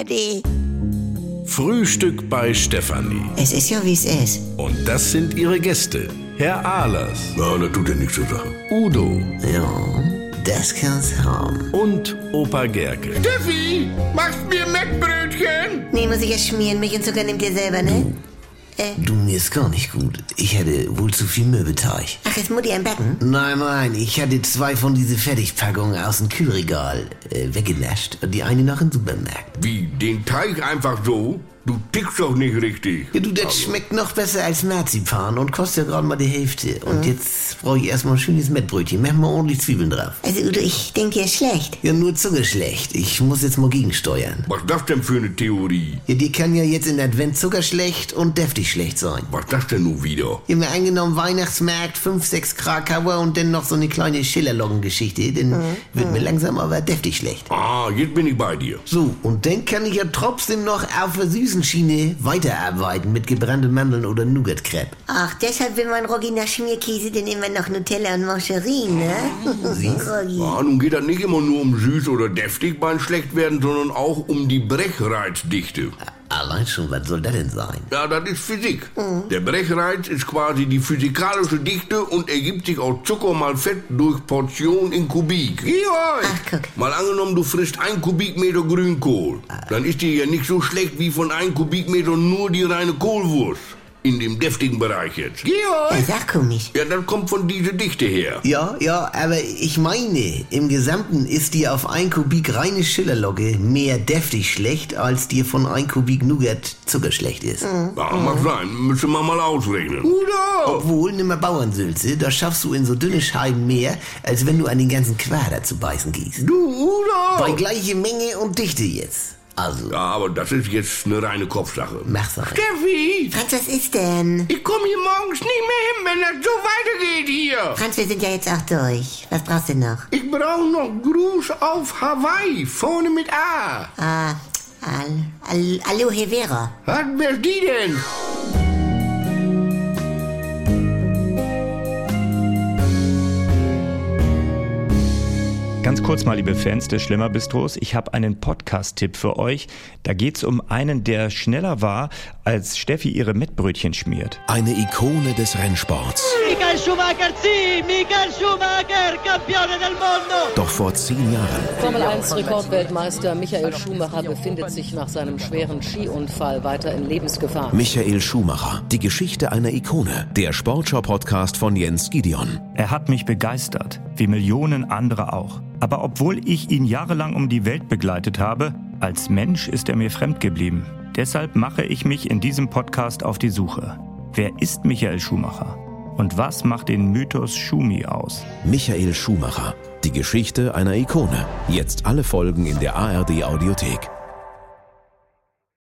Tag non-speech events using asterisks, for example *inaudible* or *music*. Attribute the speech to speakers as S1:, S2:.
S1: Eddie.
S2: Frühstück bei Stefanie.
S1: Es ist ja, wie es ist.
S2: Und das sind ihre Gäste. Herr Ahlers,
S3: Ja, das tut ja nichts zur Sache.
S2: Udo
S1: Ja, das kann's haben.
S2: und Opa Gerke.
S4: Tiffy, machst mir Meckbrötchen?
S1: Nee, muss ich ja schmieren. Milch und Zucker nimmt ihr selber, ne?
S5: Du, mir ist gar nicht gut. Ich hatte wohl zu viel Mürbeteig.
S1: Ach, ist Mutti am Backen?
S5: Nein, nein, ich hatte zwei von diese Fertigpackungen aus dem Kühlregal äh, weggenascht und die eine noch im Supermarkt.
S3: Wie, den Teig einfach so? Du tickst doch nicht richtig.
S5: Ja, du, das schmeckt noch besser als Marzipan und kostet ja gerade mal die Hälfte. Und jetzt brauche ich erstmal ein schönes Mettbrötchen. Mach mal ordentlich Zwiebeln drauf.
S1: Also, Udo, ich denke dir schlecht.
S5: Ja, nur Zunge schlecht. Ich muss jetzt mal gegensteuern.
S3: Was ist das denn für eine Theorie?
S5: Ja, dir kann ja jetzt in Advent Zucker schlecht und deftig schlecht sein.
S3: Was ist das denn nun wieder?
S5: Ja, mir eingenommen Weihnachtsmarkt, fünf, sechs Krakauer und dann noch so eine kleine Schillerloggengeschichte. Dann wird mir langsam aber deftig schlecht.
S3: Ah, jetzt bin ich bei dir.
S5: So, und dann kann ich ja trotzdem noch auf der süßen Schiene weiterarbeiten mit gebrannten Mandeln oder Nougat-Crepe.
S1: Ach, deshalb will mein Roggi nach Schmierkäse denn immer noch Nutella und Mancherie, ne? Siehst *laughs* Roggi.
S3: Ah, nun geht das nicht immer nur um süß oder deftig beim Schlechtwerden, sondern auch um die Brechreizdichte.
S5: Allein schon, was soll das denn sein?
S3: Ja, das ist Physik. Der Brechreiz ist quasi die physikalische Dichte und ergibt sich aus Zucker mal Fett durch Portion in Kubik. Ihoi!
S1: Ach, guck.
S3: Mal angenommen, du frisst ein Kubikmeter Grünkohl. Dann ist dir ja nicht so schlecht wie von ein Kubikmeter nur die reine Kohlwurst. In dem deftigen Bereich jetzt. Ihoi!
S1: Er sagt komisch.
S3: Ja, das kommt von dieser Dichte her.
S5: Ja, ja, aber ich meine, im Gesamten ist dir auf ein Kubik reine Schillerlogge mehr deftig schlecht, als dir von ein Kubik Nougat Zucker schlecht ist.
S3: Ja,
S1: Mhm.
S3: mag sein. Müssen wir mal ausrechnen. Udo!
S5: Obwohl, nimm mal Bauernsülze, da schaffst du in so dünne Scheiben mehr, als wenn du an den ganzen Quader zu beißen gehst.
S3: Du, Udo!
S5: Bei gleiche Menge und Dichte jetzt. Also,
S3: Ja, aber das ist jetzt eine reine Kopfsache.
S5: mach's rein.
S4: Tiffy,
S1: Franz, was ist denn?
S4: ich komme hier morgens nicht mehr hin, wenn das so weitergeht hier.
S1: Franz, wir sind ja jetzt auch durch. Was brauchst du noch?
S4: Ich brauche noch Gruß auf Hawaii, vorne mit A.
S1: Ah, al, al, Aloe Vera.
S4: Was wär's die denn?
S6: Ganz kurz mal, liebe Fans des Schlemmerbistros, ich habe einen Podcast-Tipp für euch. Da geht's um einen, der schneller war, als Steffi ihre Mettbrötchen schmiert.
S7: Eine Ikone des Rennsports.
S8: Michael Schumacher, sì, Michael Schumacher, campione del mondo!
S7: Doch vor zehn Jahren
S9: Formel 1 Rekordweltmeister Michael Schumacher befindet sich nach seinem schweren Skiunfall weiter in Lebensgefahr.
S7: Michael Schumacher. Die Geschichte einer Ikone. Der Sportschau-Podcast von Jens Gideon.
S6: Er hat mich begeistert, wie Millionen andere auch. Aber obwohl ich ihn jahrelang um die Welt begleitet habe, als Mensch ist er mir fremd geblieben. Deshalb mache ich mich in diesem Podcast auf die Suche. Wer ist Michael Schumacher? Und was macht den Mythos Schumi aus?
S7: Michael Schumacher. Die Geschichte einer Ikone. Jetzt alle Folgen in der ARD Audiothek.